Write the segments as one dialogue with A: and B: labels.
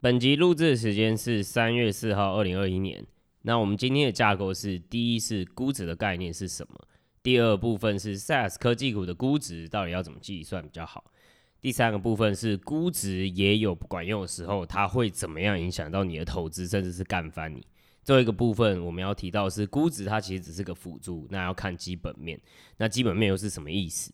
A: 本集录制的时间是三月四号，二零二一年。那我们今天的架构是：第一是估值的概念是什么；第二部分是 SaaS 科技股的估值到底要怎么计算比较好；第三个部分是估值也有不管用的时候，它会怎么样影响到你的投资，甚至是干翻你。最后一个部分我们要提到是估值，它其实只是个辅助，那要看基本面。那基本面又是什么意思？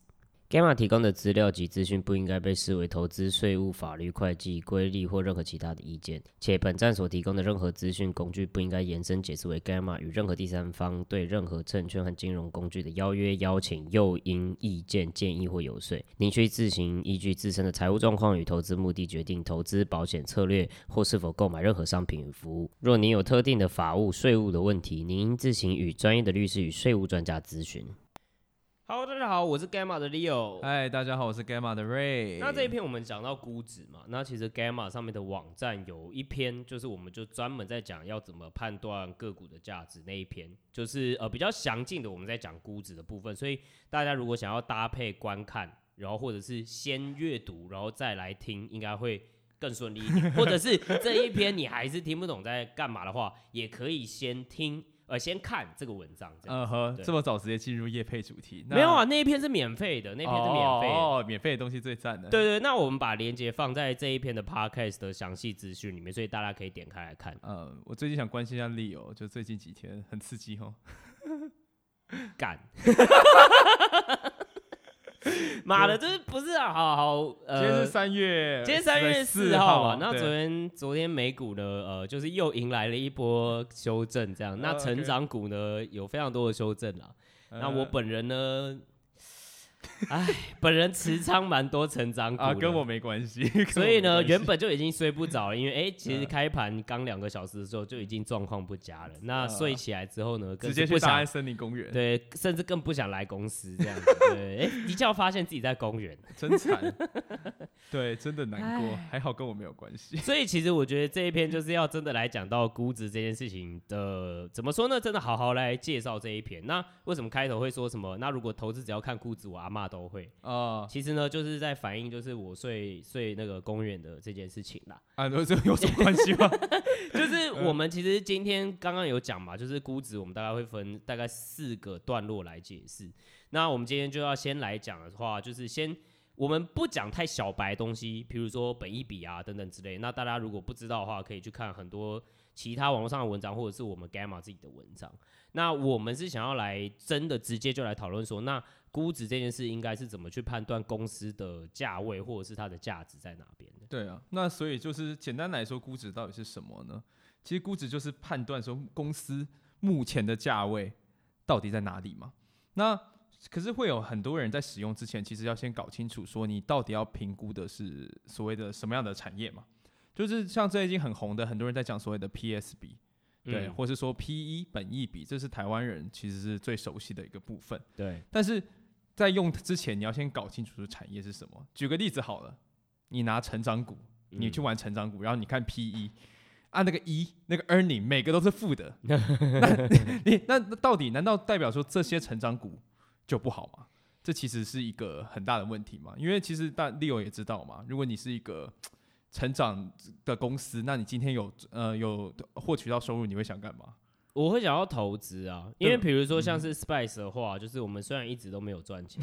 A: Gamma 提供的资料及资讯不应该被视为投资、税务、法律、会计、规例或任何其他的意见，且本站所提供的任何资讯工具不应该延伸解释为 Gamma 与任何第三方对任何证券和金融工具的邀约、邀请、诱因、意见、建议或游说。您需自行依据自身的财务状况与投资目的决定投资、保险策略或是否购买任何商品与服务。若您有特定的法务、税务的问题，您应自行与专业的律师与税务专家咨询。Hello，大家好，我是 Gamma 的 Leo。
B: 嗨，哎大家好，我是 Gamma 的 Ray。
A: 那这一篇我们讲到估值嘛，那其实 Gamma 上面的网站有一篇，就是我们就专门在讲要怎么判断个股的价值那一篇，就是呃比较详尽的我们在讲估值的部分，所以大家如果想要搭配观看，然后或者是先阅读，然后再来听，应该会更顺利一点。或者 是这一篇你还是听不懂在干嘛的话，也可以先听呃先看这个文章这样。
B: 呃呵，
A: 对
B: 这么早直接进入夜配主题？那
A: 没有啊，，那一篇是免费的，那
B: 那
A: 篇是免费的。
B: 哦，哦免费的东西最赞的。，
A: 对对，那我们把链接放在这一篇的 podcast 的详细资讯里面，所以大家可以点开来看。
B: 呃，我最近想关心一下 Leo，就最近几天很刺激哦。
A: 干，妈的，这不是啊？好好，
B: 今天
A: 呃
B: 是，三月，
A: 今天三月四
B: 4
A: 号嘛
B: 号，，
A: 那
B: 对
A: 昨天昨天美股呢，呃，就是又迎来了一波修正，这样。那
B: 呃，OK
A: 成长股呢，有非常多的修正啦。那我
B: 呃
A: 本人呢，哎，本人持仓蛮多成长股
B: 啊
A: 的
B: 跟我没关系，
A: 所以呢，原
B: 本
A: 本就已经睡不着了，因为哎、 其实
B: 嗯
A: 开盘刚两个小时的时候就已经状况不佳了。那
B: 呃
A: 睡起来之后呢，更
B: 嗯直
A: 是
B: 接去
A: 不
B: 大
A: 想
B: 安森林公园，
A: 对，甚至更不想来公司这样 子。对，哎、一觉发现自己在公园。
B: 真惨。 对，真的难过，还好跟我没有关系。
A: 所以其实我觉得这一篇就是要真的来讲到估值这件事情的，怎么说呢？真的好好来介绍这一篇。那为什么开头会说什么？那如果投资只要看估值，我阿嬷都会。
B: 啊
A: 其实呢，就是在反映就是我睡睡那个公园的这件事情啦。
B: 啊，这有什么关系吗？
A: 就是我们其实今天刚刚有讲嘛，就是估值，我们大概会分大概四个段落来解释。那我们今天就要先来讲的话，就是先我们不讲太小白的东西，比如说本益比啊等等之类。那大家如果不知道的话，可以去看很多其他网络上的文章，或者是我们 Gamma 自己的文章。那我们是想要来真的直接就来讨论说，那估值这件事应该是怎么去判断公司的价位或者是它的价值在哪边的？
B: 对啊，那所以就是简单来说，估值到底是什么呢？其实估值就是判断说公司目前的价位到底在哪里嘛。那可是会有很多人在使用之前，其实要先搞清楚说你到底要评估的是所谓的什么样的产业嘛。就是像最近很红的，很多人在讲所谓的 PSB，对，
A: 嗯
B: 或是说 PE 本益比，这是台湾人其实是最熟悉的一个部分。
A: 对，
B: 但是在用之前，你要先搞清楚的产业是什么。举个例子好了，你拿成长股，你
A: 嗯
B: 去玩成长股，然后你看 PE，按、那个一、那个 earning 每个都是负 的，那你那那到底难道代表说这些成长股就不好吗？这其实是一个很大的问题嘛，因为其实大 Leo 也知道嘛，如果你是一个成长的公司，那你今天有呃有获取到收入，你会想干嘛？
A: 我会想要投资啊，因为
B: 对
A: 比如说像是 Spice 的话，就是我们虽然一直都没有赚钱，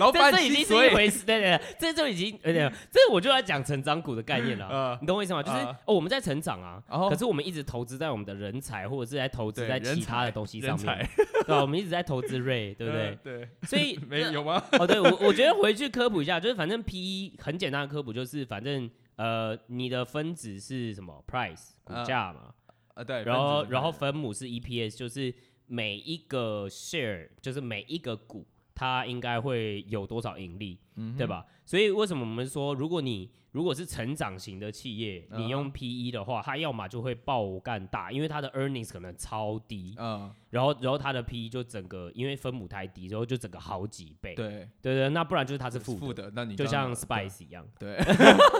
B: 老
A: 但
B: 板
A: 这已经是
B: 所
A: 一
B: 以
A: 回事，对对对，这就已经有点，这我就要讲成长股的概念了、
B: 呃，
A: 你懂我意思吗？就是、
B: 呃
A: 哦，我们在成长啊，
B: 然后
A: 可是我们一直投资在我们的人才，或者是在投资
B: 对
A: 在
B: 人
A: 其他的
B: 才
A: 东西
B: 人
A: 上
B: 才
A: 面，对啊吧、我们一直在投资 Ray，对不对？
B: 对？对。
A: 所以
B: 没
A: 那
B: 有吗？
A: 哦，对我我觉得回去科普一下，就是反正 PE 很简单的科普，就是反正呃你的分子是什么 price 股
B: 呃
A: 价嘛，
B: 啊，对，
A: 然后
B: 分
A: 然后
B: 子是这样
A: 分母是 EPS，就是每一个 share，就是每一个股，它应该会有多少盈利，
B: 嗯
A: 对吧？所以为什么我们说，如果你如果是成长型的企业，你
B: 嗯
A: 用 PE 的话，它要么就会爆干大，因为它的 earnings 可能超低，
B: 的嗯，
A: 然后然后它的 PE 就整个因为分母太低，然后就整个好几倍，
B: 对，
A: 对对，那不然就是它是负
B: 负
A: 的，
B: 的，那你
A: 就
B: 这
A: 像
B: 样
A: Spice 一样。
B: 对，啊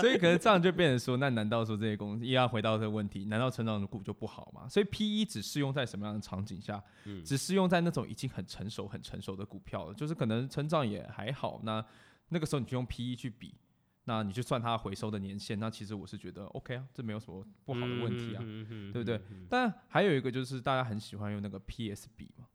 B: 所以可能这样就变成说，那难道说这些公司又要回到这个问题？难道成长股就不好吗？所以 P E 只适用在什么样的场景下？
A: 嗯
B: 只适用在那种已经很成熟、很成熟的股票了，就是可能成长也还好，那那个时候你就用 P E 去比。那你去算它回收的年限，那其实我是觉得 OK 啊，这没有什么不好的问题啊。
A: 嗯哼
B: 对不对？
A: 嗯哼
B: 但还有一个就是大家很喜欢用那个 PSB 嘛，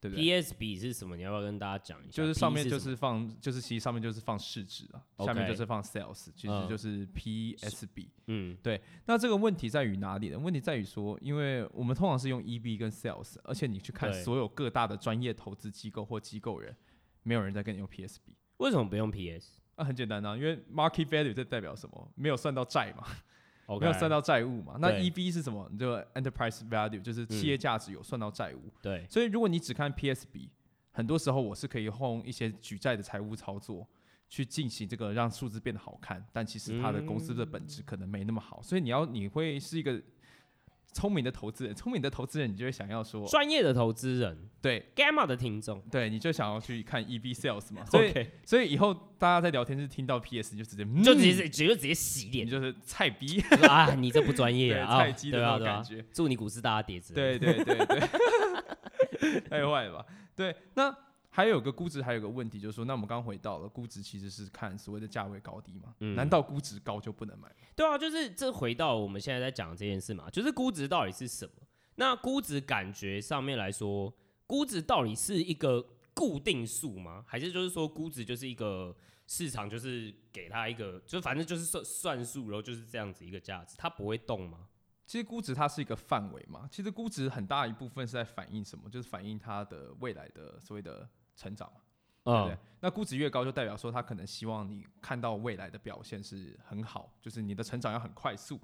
B: 对不对
A: PSB 是什么？你要不要跟大家讲一下？
B: 就是
A: P E
B: 上面就
A: 什么
B: 是放，就是其实上面就是放市值啊
A: OK
B: 下面就是放 sales，其
A: 嗯
B: 实就是 PSB。
A: 嗯
B: 那这个问题在于哪里呢？问题在于说，因为我们通常是用 EB 跟 sales，而且你去看
A: 对
B: 所有各大的专业投资机构或机构人，没有人在跟你用 PSB。
A: 为什么不用 PS？
B: 那、很简单啊，因为 market value 这代表什么？没有算到债嘛没有算
A: 到
B: 到债务嘛。那
A: 对嗯
B: EV 是什么？你这个 enterprise value 就是企业价值有算到债务。
A: 对，
B: 所以如果你只看 PSB，很多时候我是可以用一些举债的财务操作去进行这个让数字变得好看，但其实它的公司的本质可能没那么
A: 嗯
B: 好。所以你要你会是一个聪明的投资人，聪明的投资人你就会想要说，
A: 专业的投资人
B: 对
A: Gamma 的听众，
B: 对，你就想要去看 EV sales 嘛。所以
A: OK
B: 所以以后大家在聊天是听到 PS 你就直接、嗯、嗯
A: 就直接直接直接洗
B: 你
A: 脸，
B: 就是菜逼，
A: 就说啊，你这不专业
B: 对
A: 啊，啊
B: 菜鸡的
A: 对
B: 那
A: 啊
B: 种
A: 对
B: 感
A: 啊，
B: 觉。
A: 祝你股市大家跌之类的，
B: 对对对对， 太坏了吧？对，那还有个估值，还有个问题就是说，那我们刚回到了估值其实是看所谓的价位高低嘛？
A: 嗯
B: 难道估值高就不能买？
A: 对啊，就是这回到我们现在在讲的这件事嘛，就是估值到底是什么？那估值感觉上面来说，估值到底是一个固定数吗？还是就是说估值就是一个市场就是给它一个，就反正就是算算数，然后就是这样子一个价值，它不会动吗？
B: 其实估值它是一个范围嘛，其实估值很大一部分是在反映什么？就是反映它的未来的所谓的成长嘛，对
A: 嗯
B: 不对？那估值越高，就代表说它可能希望你看到未来的表现是很好，就是你的成长要很快速。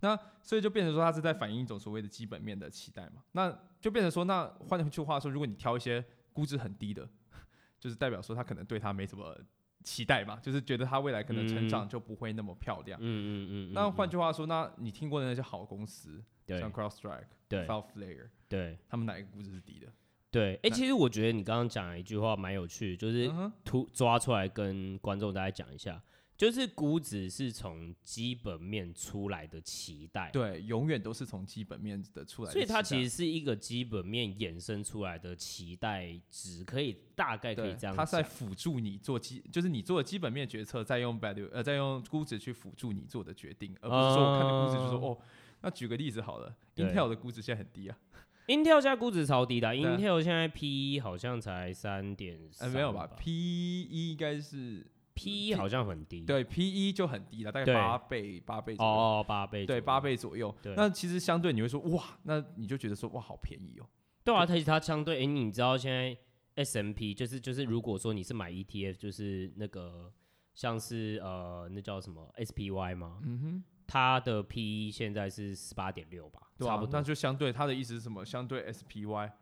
B: 那所以就变成说，它是在反映一种所谓的基本面的期待嘛。那就变成说，那换句话说，如果你挑一些估值很低的， 就是代表说他可能对它没什么期待嘛，就是觉得它未来可能成长就不会那么漂亮。
A: 嗯嗯嗯嗯嗯，
B: 啊那
A: 嗯
B: 换句话说，那你听过的那些好公司，
A: 对
B: 像 CrowdStrike、
A: 对
B: f o u t l a y e r
A: 对
B: 他们哪一个估值是低的？
A: 对，哎、
B: 那
A: 其实我觉得你刚刚讲了一句话蛮有趣的，就是
B: 嗯哼，
A: 突抓出来跟观众大家讲一下，就是估值是从基本面出来的期待，
B: 对，永远都是从基本面的出
A: 所
B: 来的期待。
A: 以它其实是一个基本面衍生出来的期待值，可以大概可
B: 对，
A: 以这样
B: 它是在
A: 讲。
B: 辅助你做基，就是你做的基本面决策，再用 value 呃，再用估值去辅助你做的决定，而不是说我看的估值就说、哦。那举个例子好了
A: 对
B: ，Intel 的估值现在很低啊，
A: Intel 现在估值超低的啊
B: 对啊
A: ，Intel 现在 PE 好像才三点
B: 呃
A: 三，
B: 没有吧？P E 应该是
A: ？PE 好像很低，
B: 对 P E 就很低了，大概
A: 对
B: 八倍八倍左右，
A: 哦，八倍，
B: 对八，倍左右
A: 对。
B: 那其实相对你会说哇，那你就觉得说哇好便宜哦，
A: 对啊，它它相对，哎，你知道现在 S M P 就是就是，如果说你是买 ETF，就是那个像是呃，那叫什么 S P Y 吗？
B: 嗯哼，
A: 它的 P E 现在是十八点六吧，
B: 对
A: 差
B: 吧
A: 不？多
B: 那。就相对它的意思是什么？相对 S P Y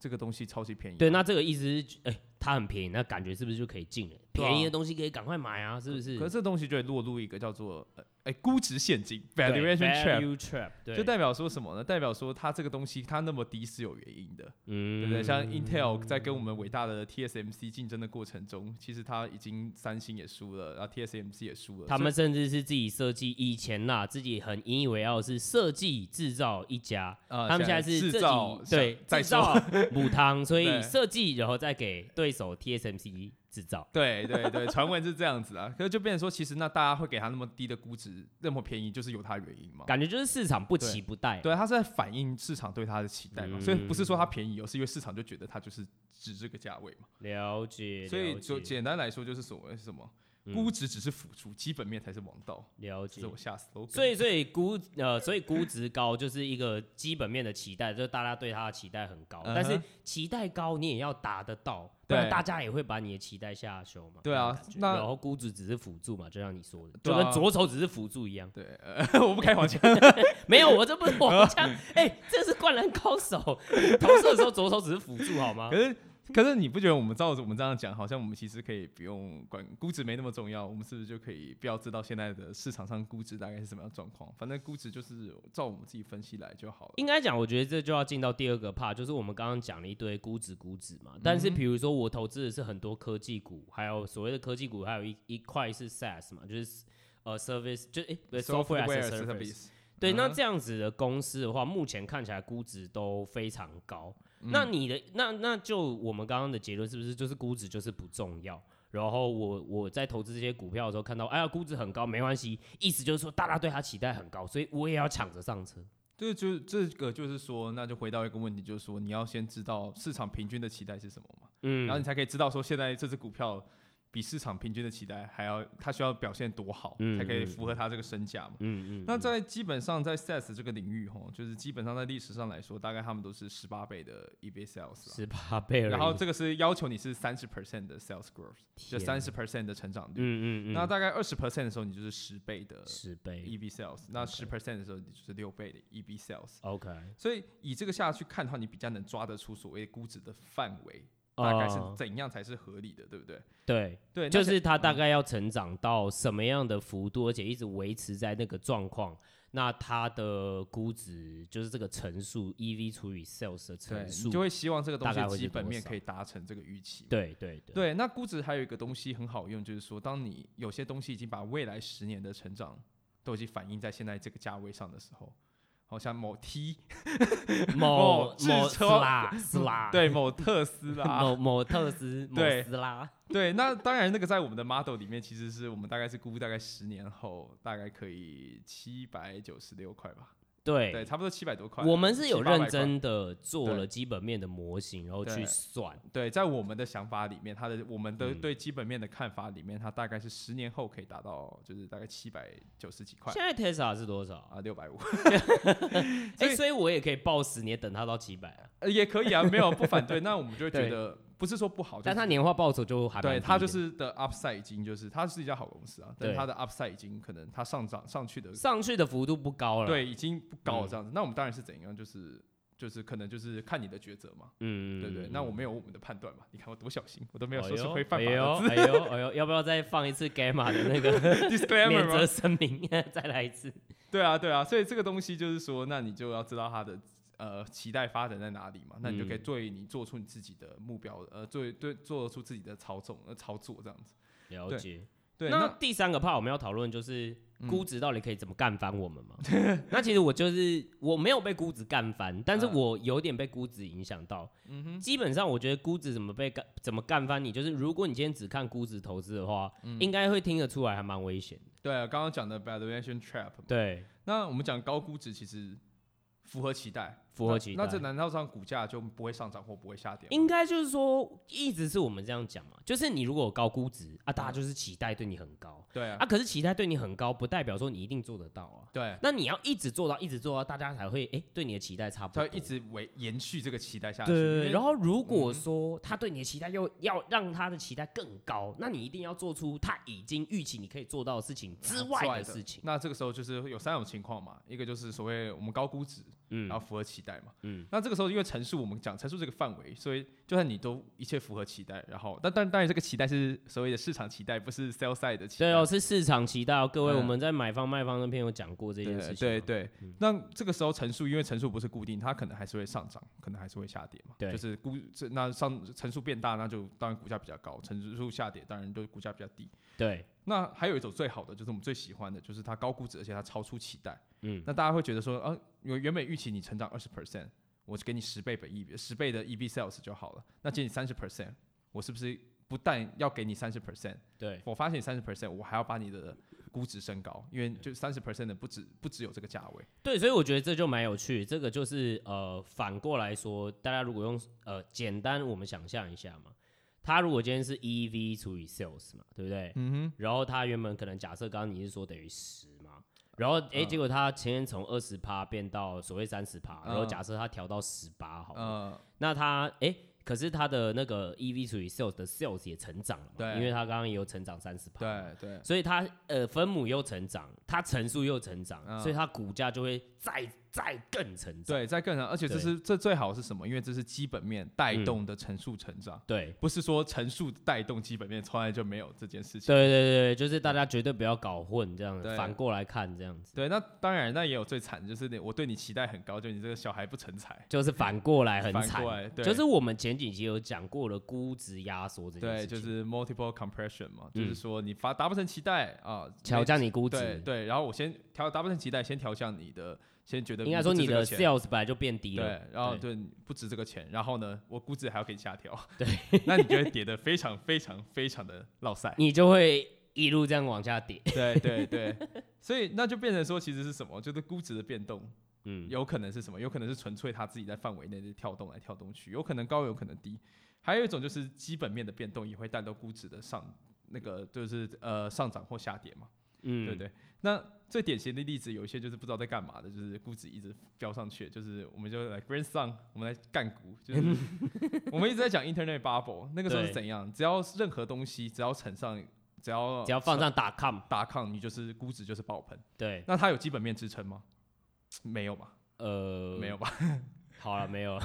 B: 这个东西超级便宜啊，
A: 对，那这个意思是，哎、它很便宜，那感觉是不是就可以进了？
B: 对啊
A: 便宜的东西可以赶快买啊，是不是？
B: 可是这东西就会落入一个叫做呃哎估值陷阱
A: 对
B: valuation trap。
A: value trap，对，
B: 就代表说什么呢？代表说它这个东西它那么低是有原因的，
A: 嗯
B: 对不对？像 Intel 在跟我们伟大的 TSMC 竞争的过程中，其实它已经三星也输了，然后 TSMC 也输了，
A: 他们甚至是自己设计，以前啦，自己很引以为傲是设计制造一家，
B: 呃
A: 他们现在是
B: 制
A: 自己
B: 造
A: 对
B: 再
A: 制
B: 说，
A: 造 母汤，所以
B: 对
A: 设计然后再给对手 TSMC 制造。
B: 对对对，传闻是这样子啊。可是就变成说，其实那大家会给它那么低的估值，那么便宜，就是有它原因嘛。
A: 感觉就是市场不期不待，
B: 对，它是在反映市场对它的期待嘛，所以不是说
A: 嗯
B: 它便宜哦，是因为市场就觉得它就是值这个价位嘛。
A: 了解，
B: 所以
A: 了
B: 就
A: 解
B: 简单来说，就是所谓是什么，
A: 嗯
B: 估值只是辅助，基本面才是王道。
A: 了
B: 这
A: 解
B: 是，我下 slogan。
A: 所以，所以估呃，所以估值高就是一个基本面的期待，就是大家对它的期待很高，
B: 嗯哼
A: 但是期待高你也要达得到，不然
B: 对
A: 大家也会把你的期待下修嘛。
B: 对啊
A: 这种嗯感觉
B: 那
A: 然后估值只是辅助嘛，就像你说的，
B: 对
A: 就
B: 啊
A: 跟左手只是辅助一样。
B: 对，呃 我不 开黄腔。
A: 没有，我这不是我这样， 哎、这是灌篮高手， 投射的时候左手只是辅助好吗
B: 可？是，可是你不觉得我们照着我们这样讲，好像我们其实可以不用管估值没那么重要，我们是不是就可以不要知道现在的市场上估值大概是什么样的状况？反正估值就是照我们自己分析来就好了。
A: 应该讲，我觉得这就要进到第二个 part，就是我们刚刚讲了一堆估值估值嘛。但是比如说我投资的是很多科技股，还有所谓的科技股，还有一一块是 SaaS 嘛，就是呃 service，就诶、不是 software as a
B: as a
A: service。
B: service
A: 对，那
B: 嗯哼
A: 这样子的公司的话，目前看起来估值都非常
B: 嗯
A: 高。那你的那那就我们刚刚的结论是不是就是估值就是不重要？然后我我在投资这些股票的时候，看到哎呀估值很高，没关系，意思就是说大家对它期待很高，所以我也要抢着上车。
B: 这就这个就是说，那就回到一个问题，就是说你要先知道市场平均的期待是什么嘛，
A: 嗯，
B: 然后你才可以知道说现在这只股票比市场平均的期待还要，它需要表现多好，
A: 嗯
B: 才可以
A: 嗯
B: 符合它这个身价嘛。
A: 嗯嗯，
B: 那在基本上在 SaaS 这个领域，吼，就是基本上在历史上来说，大概他们都是十八倍的 EV sales 啦。
A: 十八倍而已，
B: 然后这个是要求你是三十 percent 的 sales growth，就
A: 天
B: 三
A: 啊
B: 十 percent 的成长
A: 嗯
B: 率。
A: 嗯嗯，
B: 那大概二十 percent 的时候，你就是十倍的
A: 十倍
B: EV sales；那十 percent 的时候，你就是六倍的 EV sales。
A: ，OK，
B: 所以以这个下去看的话，你比较能抓得出所谓估值的范围，大概是
A: 哦
B: 怎样才是合理的，对不对？
A: 对，
B: 对，
A: 就
B: 那嗯像
A: 是它大概要成长到什么样的幅度，而且一直维持在那个状况，那它的估值就是这个乘数 EV 除以 sales 的
B: 对，
A: 乘
B: 你
A: 数
B: 就，会希望这个东
A: 大概
B: 西
A: 会是
B: 基本
A: 多
B: 面
A: 少
B: 可以达成这个预期嘛。
A: 对对对，
B: 对，那估值还有一个东西很好用，就是说，当你有些东西已经把未来十年的成长都已经反映在现在这个价位上的时候，好像某 T
A: 某
B: 某制
A: 某斯
B: 车
A: 拉斯拉，
B: 对某特斯拉，
A: 啊 某某特斯某
B: 对
A: 斯拉，
B: 对，那当然那个在我们的 model 里面，其实是我们大概是估大概十年后大概可以七百九十六块吧，对，
A: 对。
B: 差不多七百多块。
A: 我们是有
B: 700-800块
A: 认，真的做
B: 对
A: 了基本面的模型，然后去
B: 对
A: 算，
B: 对，在我们的想法里面，它的我们的
A: 嗯
B: 对基本面的看法里面，它大概是十年后可以达到就是大概七百九十几块
A: 现在 Tesla 是多少？
B: 啊，六百五。
A: 哎、
B: 所以
A: 所以我也可以报十年，等它到七百啊。
B: 呃，也可以啊，没有不反对。那我们就会觉
A: 对
B: 得不是说不好，
A: 但
B: 就是
A: 它年化报酬就还蛮
B: 对
A: 低
B: 它就
A: 的
B: 是的 upside 已经就是它是一家好公司啊，但
A: 对
B: 它的 upside 已经可能它上涨上去的
A: 上去的幅度不高了。，
B: 对已经不高了
A: 嗯
B: 这样子。那我们当然是怎样，就是就是可能就是看你的抉择嘛，
A: 嗯，
B: 对不对？那我们有我们的判断嘛，你看我多小心，我都没有说是会犯
A: 哎
B: 法
A: 呦，
B: 的字
A: 哎呦，哎呦，哎呦要不要再放一次 Gamma 的那 个免
B: disclaimer
A: 责
B: 嘛。
A: 声明？ 再来一次。
B: 对啊，对啊，所以这个东西就是说，那你就要知道它的。呃，期待发展在哪里嘛？那你就可以
A: 嗯
B: 对你做出你自己的目标，呃，做对做出自己的操纵呃操作这样子。
A: 了解。
B: 对，
A: 那
B: 那
A: 第三个 part 我们要讨论就是
B: 嗯
A: 估值到底可以怎么干翻我们 嘛？那其实我就是我没有被估值干翻，但是
B: 嗯
A: 我有点被估值影响到。
B: 嗯哼，
A: 基本上我觉得估值怎么被干怎么干翻你，就是如果你今天只看估值投资的话，
B: 嗯
A: 应该会听得出来还蛮危险的。
B: 对啊，刚刚讲的 valuation trap 嘛。
A: 对，
B: 那我们讲高估值其实符合期待，
A: 符合期待
B: 那那这难道让股价就不会上涨或不会下跌吗？
A: 应该就是说，一直是我们这样讲嘛，就是你如果有高估值啊，大家就是期待对你很高
B: 对啊
A: 啊，，可是期待对你很高，不代表说你一定做得到啊。
B: 对，
A: 那你要一直做到，一直做到，大家才会哎、诶对你的期待差不
B: 它
A: 多。
B: 会一直维延续这个期待下去。
A: 对对
B: 因为嗯
A: 对，然后如果说他对你的期待又要让他的期待更高，那你一定要做出他已经预期你可以做到的事情之外的事情。
B: 那这个时候就是有三种情况嘛，一个就是所谓我们高估值，
A: 嗯
B: 然后符合期待嘛，
A: 嗯，
B: 那这个时候因为陈述我们讲陈述这个范围，所以就算你都一切符合期待，然后但但当然这个期待是所谓的市场期待，不是 sell side 的期待。
A: 对哦，是市场期待哦。各位，
B: 嗯
A: 我们在买方卖方那边有讲过这件事
B: 对
A: 情。
B: 对，对，
A: 嗯
B: 那这个时候乘数，因为乘数不是固定，它可能还是会上涨，可能还是会下跌嘛。
A: 对
B: 就是估这那上乘数变大，那就当然股价比较高；乘数下跌，当然就股价比较低。
A: 对，
B: 那还有一种最好的，就是我们最喜欢的，就是它高估值，而且它超出期待。
A: 嗯，
B: 那大家会觉得说，啊，原原本预期你成长二十 percent，我给你十倍本 E 十倍的 EB sales 就好了，那给你三十 percent，我是不是不但要给你三十 percent？
A: 对，
B: 我发现三十 percent，我还要把你的估值升高，因为就三十 percent 的不止不只有这个价位。
A: 对，所以我觉得这就蛮有趣。这个就是呃，反过来说，大家如果用呃简单，我们想象一下嘛，它如果今天是 EV 除以 sales 嘛，对不对？
B: 嗯哼，
A: 然后它原本可能假设刚刚你是说等于十嘛，然后诶，
B: 嗯
A: 结果它前天从二十趴变到所谓三十趴，然后
B: 嗯
A: 假设它调到十八好了，
B: 呃，
A: 那它诶，可是它的那个 EV 除以 sales 的 sales 也成长了嘛，
B: 对
A: 因为它刚刚也有成长三十趴，
B: 对对
A: 所以它呃分母又成长，它乘数又成长，
B: 嗯
A: 所以它股价就会再再更成长。
B: 对，在更长，而且这
A: 对嗯
B: 是这最好是什么？因为这是基本面带动的乘数成长，
A: 对
B: 不是说乘数带动基本面，从来就没有这件事
A: 对
B: 情。
A: 对对对，就是大家绝对不要搞混这样子，
B: 对
A: 反过来看这样子，
B: 对，那当然，那也有最惨，就是你我对你期待很高，就你这个小孩不成才，
A: 就是反过来哎很
B: 反
A: 惨
B: 过。来，对，
A: 就是我们前几集有讲过了估值压缩这件
B: 对，
A: 事情，
B: 就是 multiple compression 嘛，就是
A: 嗯
B: 说你发达不成期待啊，
A: 调
B: 没
A: 降你估值，
B: 对对，然后我先调达不成期待，先调降你的先觉得
A: 应该说
B: 不值
A: 你
B: 这个
A: 的
B: 钱
A: sales 本来就变低了，，
B: 对，然后对不值这个钱，然后呢，我估值还要给你下调，对， 那你就会跌得非常非常非常的落塞
A: 你就会一路这样往下跌。
B: 对对对，所以那就变成说其实是什么，就是估值的变动，
A: 嗯，
B: 有可能是什么，有可能是纯粹他自己在范围内的跳动来跳动去，有可能高有可能低，还有一种就是基本面的变动也会带动估值的上那个就是呃上涨或下跌嘛，
A: 嗯，
B: 对不对？那最典型的例子，有一些就是不知道在干嘛的，就是估值一直飙上去，就是我们就来 grand song，我们来干股，就是 我们一直在讲 internet bubble，那个时候是
A: 对
B: 怎样？只要任何东西，只要乘上，只要
A: 只要放上打 com，
B: 打抗，你就是估值就是爆喷。
A: 对，
B: 那它有基本面支撑吗？没有吧，
A: 呃，
B: 没有吧？
A: 好了，没有，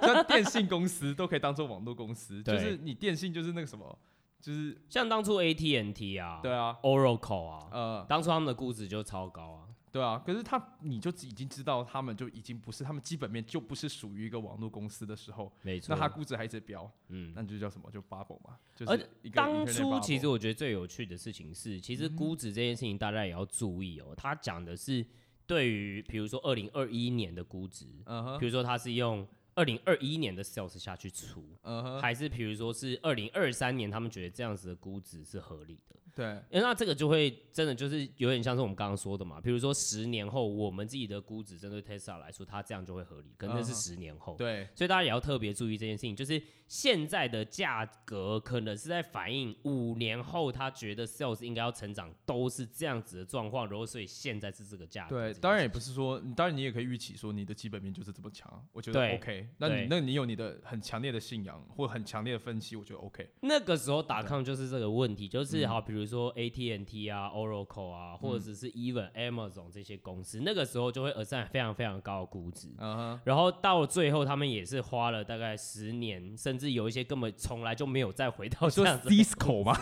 B: 像电信公司都可以当做网络公司，就
A: 对
B: 是你电信就是那个什么，就是
A: 像当初 AT&T 啊，
B: 对啊，
A: ，Oracle 啊，
B: 呃，
A: 当初他们的估值就超高啊，
B: 对啊，可是他你就已经知道他们就已经不是他们基本面就不是属于一个网络公司的时候，
A: 没错
B: 那。它估值还一直飙，
A: 嗯，
B: 那就叫什么？就 bubble 嘛，就
A: 而
B: 是一个
A: 当
B: internet
A: 初其实
B: bubble
A: 我觉得最有趣的事情是，其实估值这件事情大家也要注意哦，它讲的是对于比如说二零二一年的估值，
B: 嗯哼
A: 比如说它是用二零二一年的 sales 下去除，
B: 嗯哼，
A: 还是比如说是二零二三年他们觉得这样子的估值是合理的。
B: 对
A: 诶那这个就会真的就是有点像是我们刚刚说的嘛，比如说十年后我们自己的估值针对 Tesla 来说，它这样就会合理，可能那是
B: 嗯哼
A: 十年后。
B: 对
A: 所以大家也要特别注意这件事情，就是现在的价格可能是在反映五年后他觉得 sales 应该要成长，都是这样子的状况，然后所以现在是这个价格。
B: 对，当然也不是说，当然你也可以预期说你的基本面就是这么强，我觉得
A: 对
B: OK，那你
A: 对
B: 那你有你的很强烈的信仰或很强烈的分析，我觉得 OK，
A: 那个时候打抗就是这个问题，
B: 嗯
A: 就是好，比如说 AT&T 啊、Oracle 啊，或者是 even Amazon 这些公司，那个时候就会 assign 非常非常高的估值。
B: 嗯哼，
A: 然后到了最后，他们也是花了大概十年，甚至有一些根本从来就没有再回到
B: 我
A: 这
B: 说
A: 样子
B: d，i s c o 嘛，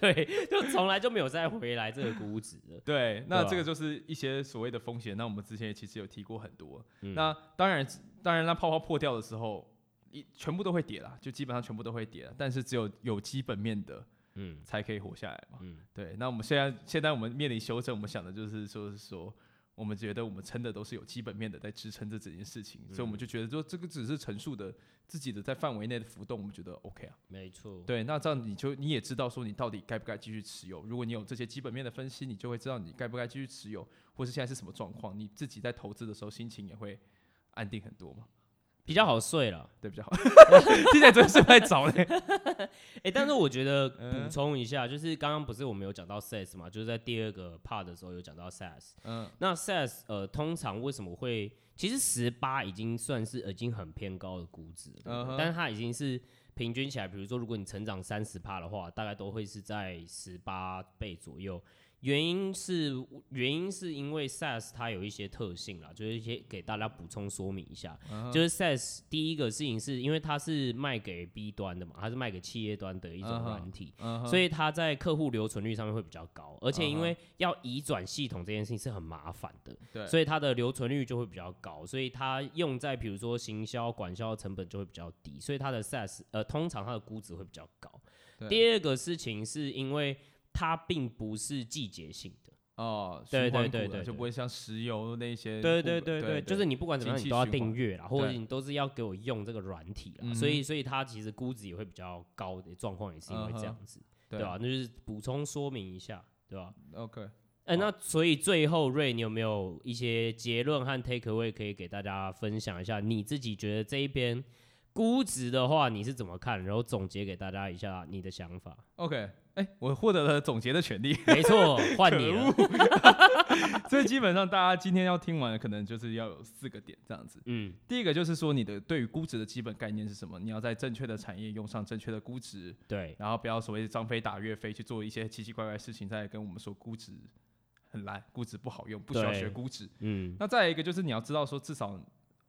A: 对，就从来就没有再回来这个估值了。
B: 对，那
A: 对啊
B: 这个就是一些所谓的风险。那我们之前也其实有提过很多。
A: 嗯
B: 那当然，当然，那泡泡破掉的时候，一全部都会跌啦，就基本上全部都会跌啦。但是只有有基本面的
A: 嗯，
B: 才可以活下来嘛。
A: 嗯
B: 对。那我们现在现在我们面临修正，我们想的就是说是说。我们觉得我们撑的都是有基本面的在支撑这整件事情，所以
A: 嗯
B: 我们就觉得说这个只是陈述的自己的在范围内的浮动，我们觉得 OK 啊。
A: 没错。
B: 对，那这样你就你也知道说你到底该不该继续持有。如果你有这些基本面的分析，你就会知道你该不该继续持有，或是现在是什么状况。你自己在投资的时候心情也会安定很多嘛，
A: 比较好睡了。
B: 对比较好。听起来真的睡不太着嘞。
A: 哎、但是我觉得补充一下，就是刚刚不是我们有讲到 SaaS 嘛，就是在第二个 part 的时候有讲到 SaaS。
B: 嗯，
A: 那 SaaS 呃，通常为什么会？其实十八已经算是已经很偏高的估值了对不对
B: 嗯哼
A: 但是它已经是平均起来，比如说如果你成长三十帕的话，大概都会是在十八倍左右。原因是原因是因为 SaaS 它有一些特性啦，就是一些给大家补充说明一下，
B: 嗯
A: 就是 SaaS 第一个事情是因为它是卖给 B 端的嘛，它是卖给企业端的一种
B: 嗯哼
A: 软体，
B: 嗯哼
A: 所以它在客户留存率上面会比较高，而且
B: 嗯
A: 因
B: 哼
A: 为要移转系统这件事情是很麻烦的，
B: 对
A: 所以它的留存率就会比较高，所以它用在比如说行销、管销的成本就会比较低，所以它的 SaaS 呃，通常它的估值会比较高。
B: 对
A: 第二个事情是因为它并不是季节性的，
B: 哦，
A: 对
B: 循环
A: 对对
B: 股了
A: 对
B: 就
A: 对
B: 不会像石油那些
A: 对
B: 股
A: 对对对，就是你不管怎么样，
B: 经
A: 你
B: 济
A: 都要
B: 循环
A: 订阅啦，或者
B: 对
A: 你都是要给我用这个软体啦，
B: 嗯
A: 所以所以它其实估值也会比较高的状况，也是因为
B: 嗯哼
A: 这样子，
B: 对
A: 对吧、那就是补充说明一下，对吧、
B: OK。
A: 哎、那所以最后瑞，你有没有一些结论和 take away 可以给大家分享一下？你自己觉得这一边估值的话，你是怎么看？然后总结给大家一下你的想 法。
B: OK，哎、我获得了总结的权利，
A: 没错，换你
B: 可
A: 了。
B: 所以基本上大家今天要听完，可能就是要有四个点这样子。
A: 嗯
B: 第一个就是说，你的对于估值的基本概念是什么？你要在正确的产业用上正确的估值，
A: 对，
B: 然后不要所谓张飞打岳飞去做一些奇奇怪怪的事情，再跟我们说估值很烂，估值不好用，不需要
A: 对
B: 学估值。
A: 嗯
B: 那再来一个就是你要知道说，至少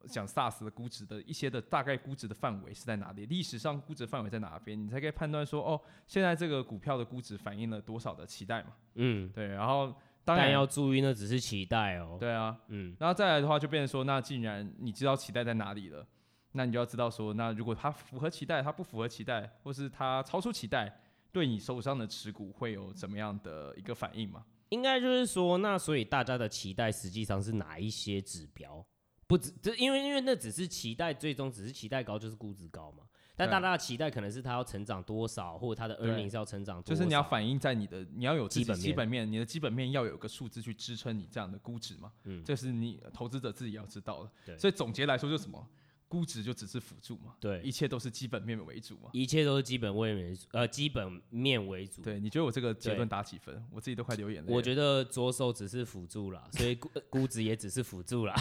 B: 讲 SaaS 的估值的一些的大概估值的范围是在哪里，历史上估值范围在哪边，你才可以判断说，哦，现在这个股票的估值反映了多少的期待嘛？
A: 嗯，
B: 对，然后当
A: 但
B: 然
A: 要注意，那只是期待哦。
B: 对啊，
A: 嗯
B: 然后再来的话，就变成说，那既然你知道期待在哪里了，那你就要知道说，那如果它符合期待，它不符合期待，或是它超出期待，对你手上的持股会有怎么样的一个反应嘛？
A: 应该就是说，那所以大家的期待实际上是哪一些指标？不止，这因为因为那只是期待，最终只是期待高就是估值高嘛。但
B: 对
A: 大家的期待可能是它要成长多少，或者它的
B: 对
A: earnings 要成长多
B: 就
A: 少。
B: 是你要反映在你的，你要有自
A: 基
B: 己
A: 本面
B: 基本面，你的基本面要有个数字去支撑你这样的估值嘛，
A: 嗯
B: 这是你投资者自己要知道
A: 对
B: 的。所以总结来说就是什么，估值就只是辅助嘛，一
A: 对，
B: 切都是基本面为主嘛。
A: 一切都是基本面为主，呃，基本面为主。
B: 对，你觉得我这个结
A: 对
B: 论打几分？我自己都快流眼泪了。
A: 我觉得左手只是辅助啦，所以估呃估值也只是辅 助啦。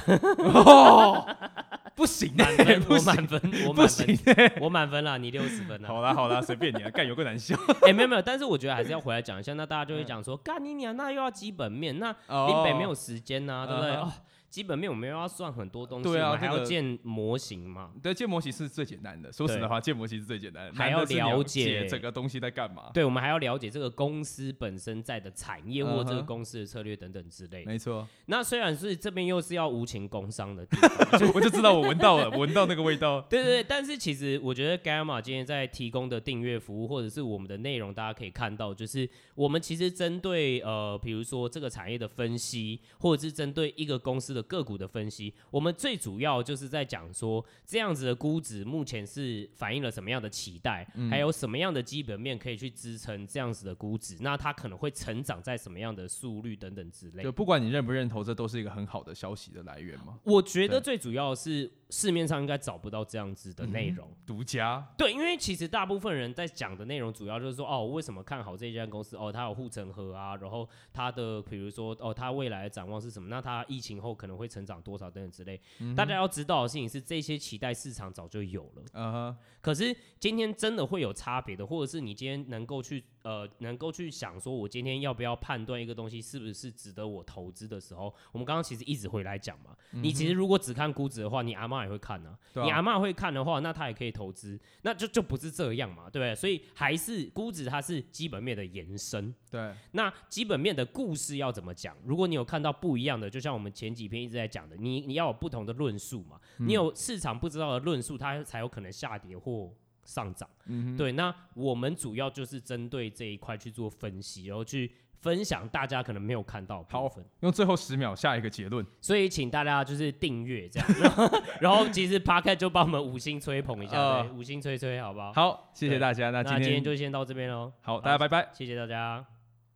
B: 不行的
A: 满分，，
B: 不
A: 我
B: 行
A: 满，分，我
B: 不
A: 满
B: 行
A: 分，我满分啦，你六十分啦。
B: 啊好啦好啦，随便 你啊，干有个难笑。
A: 哎、没有没有，但是我觉得还是要回来讲一下。那大家就
B: 嗯
A: 会讲说，干你娘，那又要基本面，那
B: 哦
A: 林北没有时间呐、对不对？
B: 嗯哼
A: 哦，基本面我们又要算很多东西，
B: 对
A: 我
B: 啊
A: 们还
B: 这
A: 要
B: 个
A: 建模型嘛。
B: 对，建模型是最简单的。说实在话，建模型是最简单的，
A: 还
B: 难
A: 要
B: 的是你要
A: 了解
B: 整个东西在干嘛。
A: 对，我们还要了解这个公司本身在的产业或者这个
B: 嗯哼
A: 公司的策略等等之类的。
B: 没错，
A: 那虽然是这边又是要无情工伤的地
B: 我就知道我闻到了，闻到那个 味道。
A: 对对对，但是其实我觉得 Gamma 今天在提供的订阅服务，或者是我们的内容，大家可以看到，就是我们其实针对呃，比如说这个产业的分析，或者是针对一个公司的个股的分析，我们最主要就是在讲说这样子的估值目前是反映了什么样的期待，
B: 嗯
A: 还有什么样的基本面可以去支撑这样子的估值，那它可能会成长在什么样的速率等等之类
B: 就。不管你认不认同，这都是一个很好的消息的来源嘛。
A: 我觉得最
B: 对嗯
A: 主要是市面上应该找不到这样子的内容。
B: 独家，
A: 对，因为其实大部分人在讲的内容，主要就是说，哦，我为什么看好这家公司？哦，它有护城河啊，然后它的比如说，哦，它未来的展望是什么？那它疫情后可能会成长多少等等之类。大家要知道的事情是，这些期待市场早就有了，
B: 嗯哼，
A: 可是今天真的会有差别的，或者是你今天能够去呃，能够去想说，我今天要不要判断一个东西是不是值得我投资的时候，我们刚刚其实一直回来讲嘛，你其实如果只看估值的话，你阿妈也会看啊，
B: 对啊
A: 你阿妈会看的话，那她也可以投资，那就就不是这样嘛，对不对？所以还是估值它是基本面的延伸，
B: 对，
A: 那基本面的故事要怎么讲？如果你有看到不一样的，就像我们前几篇一直在讲的，你你要有不同的论述嘛，
B: 嗯
A: 你有市场不知道的论述，它才有可能下跌或上涨。
B: 嗯哼，
A: 对，那我们主要就是针对这一块去做分析，然后去分享大家可能没有看到的部
B: 好
A: 分。
B: 用最后十秒下一个结论。
A: 所以请大家就是订阅这样， 然后然后其实 p o c a s t 就帮我们五星吹捧一下，
B: 呃
A: 对，五星吹吹好不好？
B: 好，谢谢
A: 对
B: 大家。那
A: 那
B: 今
A: 今天
B: 天
A: 就先到这边喽，
B: 好，大家拜拜。
A: 谢谢大家。